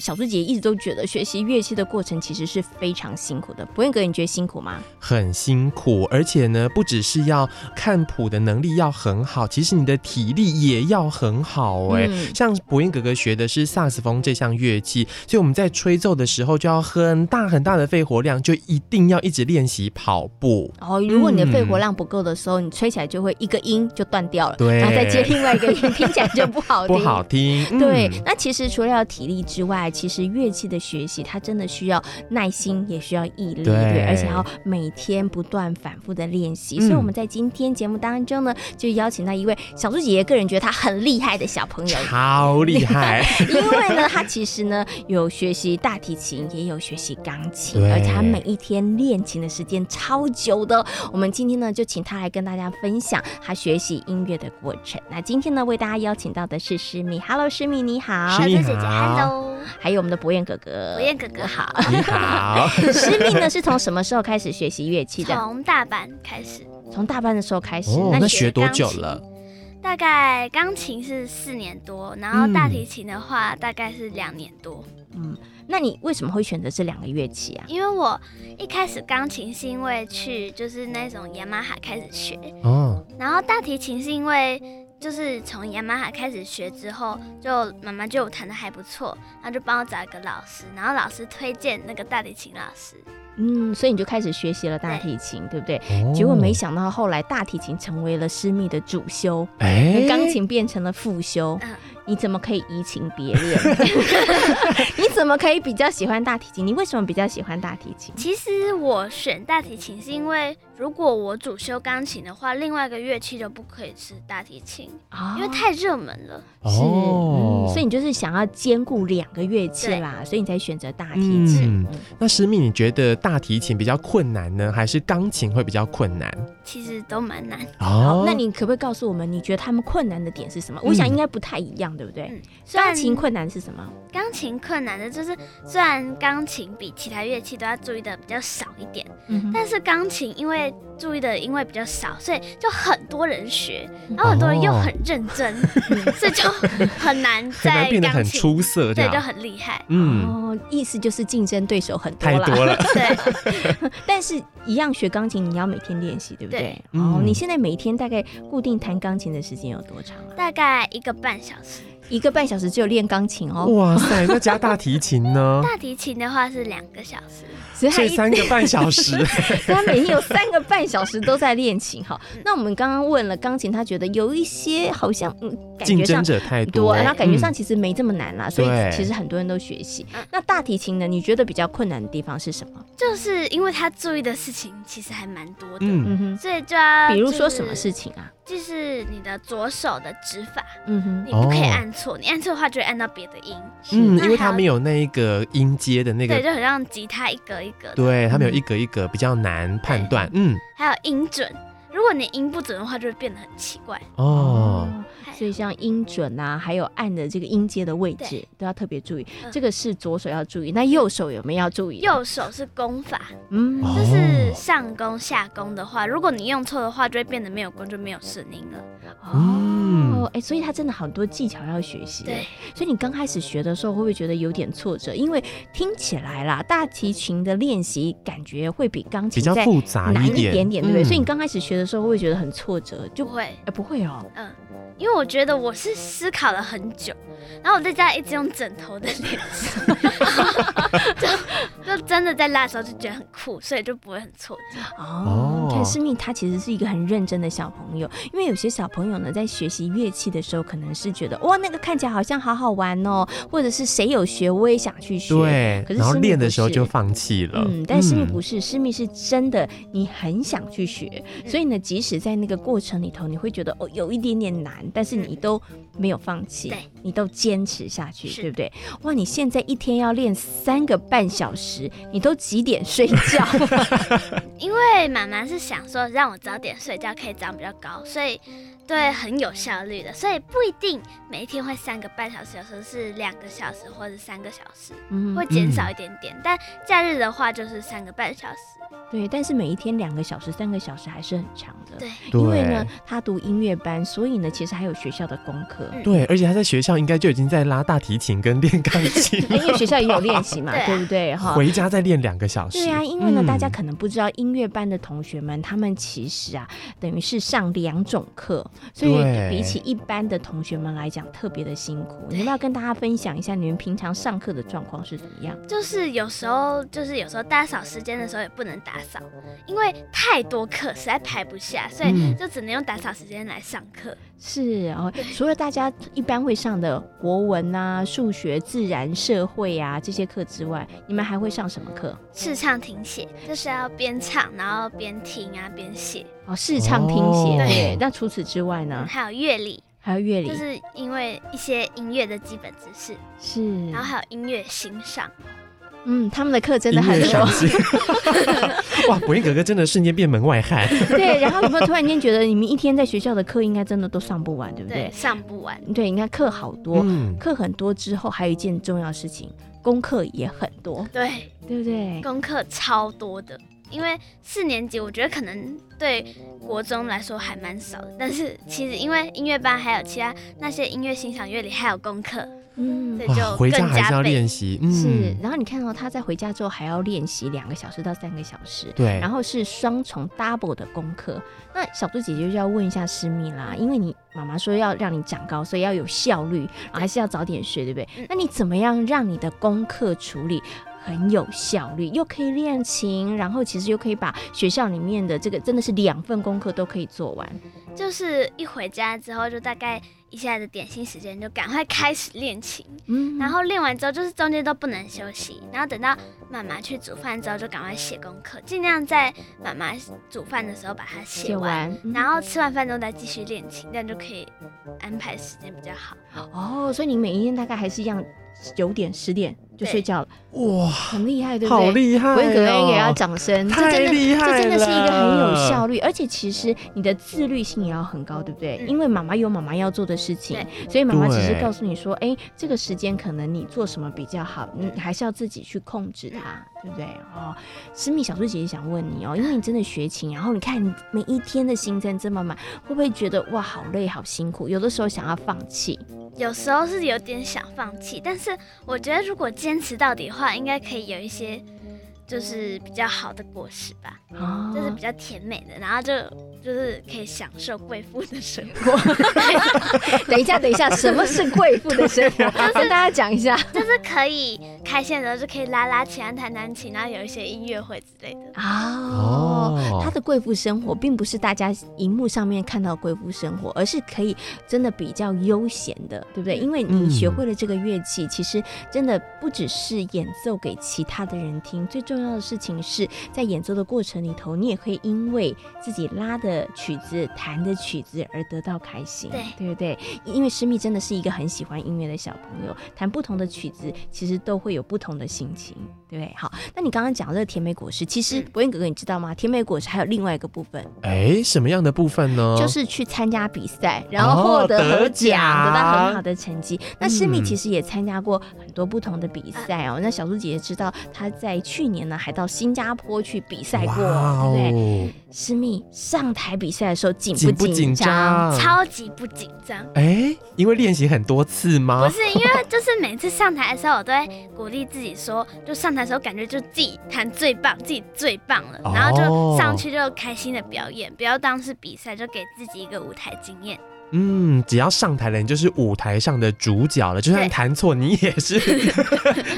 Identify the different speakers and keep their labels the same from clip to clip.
Speaker 1: 小猪姐姐一直都觉得学习乐器的过程其实是非常辛苦的。博彦哥，你觉得辛苦吗？
Speaker 2: 很辛苦，而且呢，不只是要看谱的能力要很好，其实你的体力也要很好哎、
Speaker 1: 嗯
Speaker 2: 像博彦哥哥学的是萨克斯风这项乐器，所以我们在吹奏的时候就要很大很大的肺活量，就一定要一直练习跑步。
Speaker 1: 哦，如果你的肺活量不够的时候，你吹起来就会一个音就断掉了，
Speaker 2: 嗯对
Speaker 1: 然后再接另外一个音， 听起来就不好听。
Speaker 2: 不好听，嗯
Speaker 1: 对，那其实除了要体力之外，其实乐器的学习它真的需要耐心，也需要毅力，
Speaker 2: 对
Speaker 1: 而且要每天不断反复的练习。
Speaker 2: 嗯
Speaker 1: 所以我们在今天节目当中呢，就邀请到一位小猪姐姐个人觉得她很厉害的小朋友。
Speaker 2: 超厉害，
Speaker 1: 因为呢，她其实呢有学习大提琴，也有学习钢琴，
Speaker 2: 对
Speaker 1: 而且她每一天练琴的时间超久的哦。我们今天呢就请她来跟大家分享她学习音乐的过程。那今天呢为大家邀请到的是诗米，Hello，诗米你 好，呃
Speaker 2: 诗
Speaker 3: 小猪
Speaker 2: 密
Speaker 3: 姐姐
Speaker 2: 好
Speaker 3: ，hello，
Speaker 1: 还有我们的博彦哥哥。
Speaker 3: 博彦哥哥好。
Speaker 2: 你好，
Speaker 1: 诗密呢是从什么时候开始学习乐器的？
Speaker 3: 从大阪开始，
Speaker 1: 从大班的时候开始。
Speaker 2: 哦，
Speaker 1: 那
Speaker 2: 那
Speaker 1: 你
Speaker 2: 学多久
Speaker 3: 钢琴
Speaker 2: 了？
Speaker 3: 大概钢琴是四年多，然后
Speaker 2: 嗯
Speaker 3: 大提琴的话大概是两年多。
Speaker 1: 那你为什么会选择这两个乐器
Speaker 2: 哦
Speaker 1: 啊？
Speaker 3: 因为我一开始钢琴是因为去就是那种雅马哈开始学，
Speaker 2: 哦，
Speaker 3: 然后大提琴是因为就是从雅马哈开始学之后，就妈妈就弹的还不错，然后就帮我找一个老师，然后老师推荐那个大提琴老师。
Speaker 1: 嗯，所以你就开始学习了大提琴，对不对？
Speaker 2: 哦
Speaker 1: 结果没想到后来大提琴成为了诗密的主修，
Speaker 2: 哎，
Speaker 1: 钢琴变成了副修
Speaker 3: 嗯。
Speaker 1: 你怎么可以移情别恋？ 你怎么可以比较喜欢大提琴？你为什么比较喜欢大提琴？
Speaker 3: 其实我选大提琴是因为，如果我主修钢琴的话，另外一个乐器就不可以是大提琴，
Speaker 1: 啊
Speaker 3: 因为太热门了。
Speaker 1: 是，哦嗯，
Speaker 2: 哦
Speaker 1: 所以你就是想要兼顾两个乐器啦，所以你才选择大提琴
Speaker 2: 嗯。那师密，你觉得大提琴比较困难呢，还是钢琴会比较困难？
Speaker 3: 其实都蛮难，
Speaker 2: 哦
Speaker 1: 好，那你可不可以告诉我们，你觉得他们困难的点是什么？我
Speaker 2: 嗯
Speaker 1: 想应该不太一样，对不对
Speaker 3: 嗯？虽
Speaker 1: 钢
Speaker 3: 然
Speaker 1: 琴困难是什么？
Speaker 3: 钢琴困难的就是，虽然钢琴比其他乐器都要注意的比较少一点，
Speaker 1: 嗯
Speaker 3: 但是钢琴因为注意的因为比较少，所以就很多人学，
Speaker 2: 嗯
Speaker 3: 然后很多人又很认真， 所以就很难
Speaker 2: 哦很难
Speaker 3: 在
Speaker 2: 变得
Speaker 3: 钢
Speaker 2: 很
Speaker 3: 琴
Speaker 2: 出色，这
Speaker 3: 对就
Speaker 2: 样，。
Speaker 3: 很厉害
Speaker 2: 嗯，
Speaker 1: 哦，意思就是竞争对手很多
Speaker 2: 太
Speaker 1: 啦。
Speaker 2: 多了，
Speaker 3: 对，
Speaker 1: 但是一样学钢琴，你要每天练习，对不对
Speaker 3: 对？
Speaker 1: 哦，
Speaker 2: 嗯
Speaker 1: 你现在每天大概固定弹钢琴的时间有多长啊？
Speaker 3: 大概一个半小时。
Speaker 1: 一个半小时只有练钢琴 哦，
Speaker 2: 哇塞，那加大提琴 呢？
Speaker 3: 大提琴的话是两个小时，
Speaker 1: 所以他
Speaker 2: 所以
Speaker 1: 一
Speaker 2: 三个半 小时，
Speaker 1: 所以他每天有三个半小时都在练琴 哈。
Speaker 2: 嗯
Speaker 1: 那我们刚刚问了钢琴，他觉得有一些好像嗯，感
Speaker 2: 竞
Speaker 1: 觉上
Speaker 2: 争者太
Speaker 1: 多，
Speaker 2: 多，
Speaker 1: 然后感觉上
Speaker 2: 嗯
Speaker 1: 其实没这么难啦，所以
Speaker 2: 对
Speaker 1: 其实很多人都学习
Speaker 3: 嗯。
Speaker 1: 那大提琴呢？你觉得比较困难的地方是什么？
Speaker 3: 就是因为他注意的事情其实还蛮多的。
Speaker 2: 嗯，
Speaker 1: 嗯哼，
Speaker 3: 所以就要、
Speaker 1: 比如说什么？事情啊？
Speaker 3: 就是你的左手的指法，
Speaker 1: 嗯哼，
Speaker 3: 你不可以
Speaker 2: 哦
Speaker 3: 按错，你按错的话就会按到别的音。
Speaker 2: 嗯，
Speaker 3: 那
Speaker 2: 因为他
Speaker 3: 还有
Speaker 2: 们有那一个音阶的那
Speaker 3: 对，
Speaker 2: 个，
Speaker 3: 就很像吉他一格一格的，
Speaker 2: 对他们有
Speaker 1: 嗯
Speaker 2: 一格一格，比较难判断，嗯，
Speaker 3: 还有音准。如果你音不准的话，就会变得很奇怪。
Speaker 2: 哦，
Speaker 3: 还有
Speaker 1: 所以像音准啊，还有按的这个音阶的位置都要特别注意。
Speaker 3: 嗯
Speaker 1: 这个是左手要注意，那右手有没有要注意？，
Speaker 3: 右手是弓法，
Speaker 1: 嗯，
Speaker 2: 哦
Speaker 3: 就是上弓下弓的话，如果你用错的话，就会变得没有弓，就没有声音了。
Speaker 1: 哦
Speaker 2: 嗯，
Speaker 1: 哎、所以他真的很多技巧要学习。
Speaker 3: 对，
Speaker 1: 所以你刚开始学的时候，会不会觉得有点挫折？因为听起来啦，大提琴的练习感觉会比钢
Speaker 2: 比
Speaker 1: 琴
Speaker 2: 较
Speaker 1: 再
Speaker 2: 复杂
Speaker 1: 难
Speaker 2: 一
Speaker 1: 一点点，对不对？
Speaker 2: 嗯
Speaker 1: 所以你刚开始学的时候，会不会觉得很挫折？就
Speaker 3: 不会，
Speaker 1: 哎、不会哦，
Speaker 3: 嗯，因为我觉得我是思考了很久，然后我在家一直用枕头的练习， 就就真的在拉的时候就觉得很酷，所以就不会很挫折。
Speaker 1: 哦，
Speaker 2: 哦
Speaker 1: 看诗密他其实是一个很认真的小朋友，因为有些小朋友呢，在学习乐器的时候，可能是觉得哇，那个看起来好像好好玩哦，或者是谁有学我也想去学。
Speaker 2: 对
Speaker 1: 可，是
Speaker 2: 然后
Speaker 1: 师妹
Speaker 2: 练
Speaker 1: 不
Speaker 2: 的时候
Speaker 1: 是
Speaker 2: 就放弃了。
Speaker 1: 嗯，但诗密
Speaker 2: 嗯
Speaker 1: 不是，诗密是真的，你很想去学，所以呢，即使在那个过程里头，你会觉得哦有一点点难，但是你都没有放弃
Speaker 3: 对，
Speaker 1: 你都坚持下去，
Speaker 3: 是
Speaker 1: 对不对？哇，你现在一天要练三个半小时，你都几点睡 觉？
Speaker 3: 因为妈妈是想说让我早点睡觉，可以长比较高，所以对很有效率的，所以不一定每一天会三个半小时，有时候是两个小时或者三个小时，
Speaker 1: 嗯
Speaker 3: 会减少一点点。但假日的话就是三个半小时，
Speaker 1: 对，但是每一天两个小时、三个小时还是很长的。
Speaker 3: 对，
Speaker 1: 因为呢，他读音乐班，所以呢，其实还有学校的功课。
Speaker 3: 嗯
Speaker 2: 对，而且他在学校应该就已经在拉大提琴跟练钢琴
Speaker 1: 因为学校也有练习嘛，
Speaker 3: 对啊
Speaker 1: 对不对？哈，
Speaker 2: 回家再练两个小时。
Speaker 1: 对啊，因为呢，
Speaker 2: 嗯
Speaker 1: 大家可能不知道，音乐班的同学们，他们其实啊，等于是上两种课，所以
Speaker 2: 对
Speaker 1: 比起一般的同学们来讲，特别的辛苦。你
Speaker 3: 对
Speaker 1: 要不要跟大家分享一下你们平常上课的状况是怎么样？
Speaker 3: 就是有时候就是有时候打扫时间的时候也不能打扫，因为太多课实在排不下，所以
Speaker 2: 嗯
Speaker 3: 就只能用打扫时间来上课。
Speaker 1: 是哦，除了大家一般会上的国文啊、数学、自然、社会啊这些课之外，你们还会上什么课？
Speaker 3: 视唱听写就是要边唱然后边听啊边写，
Speaker 1: 哦，视唱听写。
Speaker 2: 哦
Speaker 1: 对，那除此之外呢，
Speaker 3: 还有乐理。
Speaker 1: 还有乐理。
Speaker 3: 就是因为一些音乐的基本知识，
Speaker 1: 是
Speaker 3: 然后还有音乐欣赏，
Speaker 1: 嗯，他们的课真的
Speaker 2: 音
Speaker 1: 很
Speaker 2: 乐
Speaker 1: 多
Speaker 2: 赏。析。哇，博彦哥哥真的瞬间变门外汉。
Speaker 1: 对，然后有没有突然间觉得你们一天在学校的课应该真的都上不完，对不
Speaker 3: 对，
Speaker 1: 对？
Speaker 3: 上不完，
Speaker 1: 对，应该课好多，
Speaker 2: 嗯，
Speaker 1: 课很多之后还有一件重要事情，功课也很多，
Speaker 3: 对，
Speaker 1: 对不对？
Speaker 3: 功课超多的。因为四年级，我觉得可能对国中来说还蛮少的，但是其实因为音乐班还有其他那些音乐欣赏、乐理还有功课，
Speaker 1: 嗯
Speaker 3: 对，
Speaker 2: 哇，
Speaker 3: 就
Speaker 2: 回家
Speaker 3: 更
Speaker 2: 还是要
Speaker 3: 加倍
Speaker 2: 练习。
Speaker 1: 是
Speaker 2: 嗯，。
Speaker 1: 然后你看到、哦他在回家之后还要练习两个小时到三个小时。
Speaker 2: 对
Speaker 1: 然。后是双重 double 的功课，那小猪姐姐就要问一下思密啦，因为你妈妈说要让你长高，所以要有效率，然后还是要早点睡，对不对
Speaker 3: 嗯？
Speaker 1: 那你怎么样让你的功课处理很有效率，又可以练琴，然后其实又可以把学校里面的这个真的是两份功课都可以做完？
Speaker 3: 就是一回家之后，就大概一下子点心时间就赶快开始练琴，
Speaker 1: 嗯
Speaker 3: 然后练完之后就是中间都不能休息，然后等到妈妈去煮饭之后就赶快写功课，尽量在妈妈煮饭的时候把它写
Speaker 1: 写
Speaker 3: 完，
Speaker 1: 完，嗯
Speaker 3: 然后吃完饭之后再继续练琴，这样就可以安排时间比较好。
Speaker 1: 哦，所以你每一天大概还是一样九点十点就
Speaker 3: 对
Speaker 1: 睡觉了，
Speaker 2: 哇，
Speaker 1: 很厉害，对不对？
Speaker 2: 好厉害哦！
Speaker 1: 我也可能也要掌声，这
Speaker 2: 太
Speaker 1: 真的。
Speaker 2: 厉害了！
Speaker 1: 这真的是一个很有效率，而且其实你的自律性也要很高，对不对？
Speaker 3: 嗯
Speaker 1: 因为妈妈有妈妈要做的事情，所以妈妈
Speaker 2: 对
Speaker 1: 只是告诉你说，哎，这个时间可能你做什么比较好，你还是要自己去控制它，对不对？哦，思密小猪姐姐想问你哦，因为你真的学琴，然后你看你每一天的行程这么满，会不会觉得哇好累好辛苦？有的时候想要放弃，
Speaker 3: 有时候是有点想放弃，但是我觉得如果坚持到底的话，应该可以有一些就是比较好的果实吧，
Speaker 1: 哦，
Speaker 3: 就是比较甜美的，然后就就是可以享受贵妇的生活。
Speaker 1: 等一下，等一下，什么是贵妇的生活？跟大家讲一下
Speaker 3: 就是可以开线的时候就可以拉拉琴、啊、弹弹琴，然后有一些音乐会之类的。
Speaker 1: 哦。
Speaker 2: 哦
Speaker 1: 她的贵妇生活并不是大家荧幕上面看到的贵妇生活，而是可以真的比较悠闲的，对不对？因为你
Speaker 2: 嗯
Speaker 1: 学会了这个乐器，其实真的不只是演奏给其他的人听，最重要的事情是在演奏的过程里头，你也可以因为自己拉的曲子、弹的曲子而得到开心，
Speaker 3: 对
Speaker 1: 对不对？因为诗密真的是一个很喜欢音乐的小朋友，弹不同的曲子，其实都会有不同的心情，对不对？好，那你刚刚讲的这个甜美果实，其实
Speaker 3: 嗯
Speaker 1: 博彦哥哥你知道吗？甜美果实还有另外一个部分，
Speaker 2: 哎，什么样的部分呢？
Speaker 1: 就是去参加比赛，然后获得
Speaker 2: 嗯哦得
Speaker 1: 得奖，
Speaker 2: 奖
Speaker 1: 得到很好的成绩。那诗密
Speaker 2: 嗯
Speaker 1: 其实也参加过很多不同的比赛哦。那小猪姐姐知道她在去年呢还到新加坡去比赛过，
Speaker 2: 哇
Speaker 1: 对不对？
Speaker 2: 哦，
Speaker 1: 诗密上台比赛的时候紧
Speaker 2: 紧
Speaker 1: 不
Speaker 2: 不
Speaker 1: 紧
Speaker 2: 紧
Speaker 1: 张？
Speaker 2: 张？
Speaker 3: 超级不紧张，
Speaker 2: 哎，因为练习很多次
Speaker 3: 不
Speaker 2: 吗？
Speaker 3: 是因为就是每次上台的时候，我都会鼓励自己说，就上台的时候感觉就自己弹最棒，自己最棒了，
Speaker 2: 哦
Speaker 3: 然后就上去就开心的表演，不要当是比赛，就给自己一个舞台经验。
Speaker 2: 嗯，只要上台了，你就是舞台上的主角了。就算
Speaker 3: 对
Speaker 2: 弹错，你也是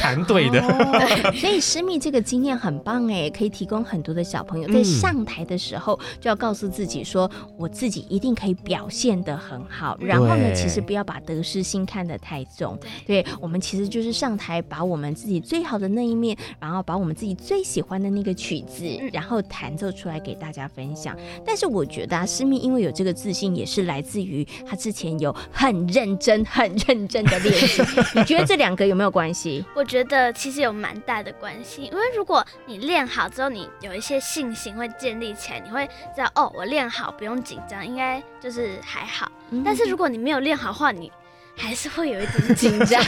Speaker 2: 弹对的。
Speaker 1: 哦所以师密这个经验很棒哎，可以提供很多的小朋友在
Speaker 2: 嗯
Speaker 1: 上台的时候就要告诉自己说，我自己一定可以表现得很好。然后呢，
Speaker 2: 对
Speaker 1: 其实不要把得失心看得太重。
Speaker 3: 对，
Speaker 1: 对我们其实就是上台，把我们自己最好的那一面，然后把我们自己最喜欢的那个曲子
Speaker 3: 嗯，
Speaker 1: 然后弹奏出来给大家分享。但是我觉得啊，师密因为有这个自信，也是来自于瑜，他之前有很认真、很认真的练 习。你觉得这两个有没有关系？
Speaker 3: 我觉得其实有蛮大的关系，因为如果你练好之后，你有一些信心会建立起来，你会知道哦，我练好不用紧张，应该就是还好。
Speaker 1: 嗯
Speaker 3: 但是如果你没有练好的话，你还是会有一点紧
Speaker 1: 紧张，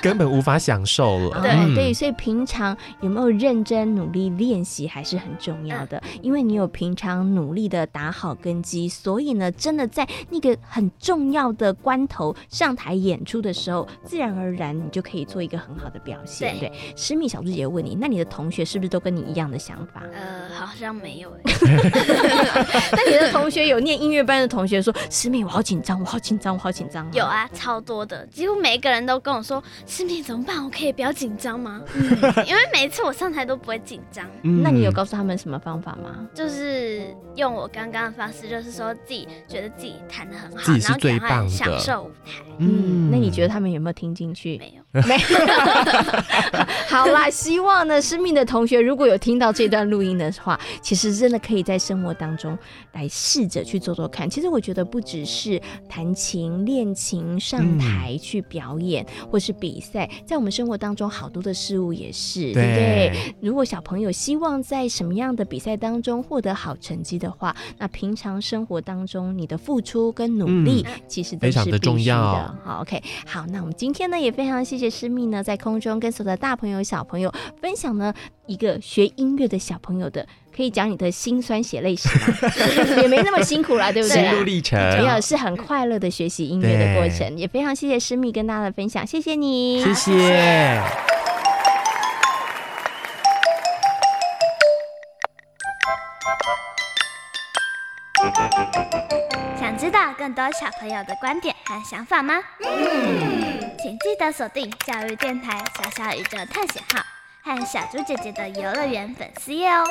Speaker 2: 根本无法享受了。
Speaker 3: 对
Speaker 2: 嗯
Speaker 1: 对，所以平常有没有认真努力练习还是很重要的，因为你有平常努力的打好根基，所以呢，真的在那个很重要的关头上台演出的时候，自然而然你就可以做一个很好的表现。对，
Speaker 3: 对
Speaker 1: 十米小猪姐姐问你，那你的同学是不是都跟你一样的想法？
Speaker 3: 呃，好像没有欸
Speaker 1: 那你的同学有念音乐班的同学说，十米我好紧张，我好紧张，我好紧张、
Speaker 3: 有，啊，超多的，几乎每一个人都跟我说：“思敏怎么办？我可以不要紧张吗？”因为每一次我上台都不会紧张，
Speaker 2: 嗯
Speaker 1: 那你有告诉他们什么方法吗？
Speaker 3: 就是用我刚刚的方式，就是说自己觉得自己弹得很
Speaker 2: 自
Speaker 3: 好，
Speaker 2: 己是
Speaker 3: 然后
Speaker 2: 最
Speaker 3: 赶快
Speaker 2: 棒的
Speaker 3: 享受舞台。
Speaker 1: 嗯，那你觉得他们有没有听进去？
Speaker 3: 没有，
Speaker 1: 没有。 好啦，希望呢，生命的同学如果有听到这段录音的话，其实真的可以在生活当中来试着去做做看。其实我觉得不只是弹琴、练琴、上台去表演，或是比赛，在我们生活当中好多的事物也是，对不对？
Speaker 2: 对
Speaker 1: 如果小朋友希望在什么样的比赛当中获得好成绩的话，那平常生活当中你的付出跟努力，其实都
Speaker 2: 嗯非常
Speaker 1: 是
Speaker 2: 的
Speaker 1: 必
Speaker 2: 重
Speaker 1: 须的
Speaker 2: 要
Speaker 1: 好，OK，好，那我们今天呢也非常谢谢师密呢，在空中跟所有的大朋友小朋友分享呢一个学音乐的小朋友的，可以讲你的辛酸血泪史 吗？也没那么辛苦啦，对不对
Speaker 2: 心
Speaker 1: 啊？
Speaker 2: 路历程，
Speaker 1: 没有，是很快乐的学习音乐的过程，也非常谢谢师密跟大家的分享，谢谢你，
Speaker 2: 谢谢。
Speaker 4: 想知道更多小朋友的观点和想法吗？请记得锁定教育电台《小小宇宙探险号》和小猪姐姐的游乐园粉丝页哦。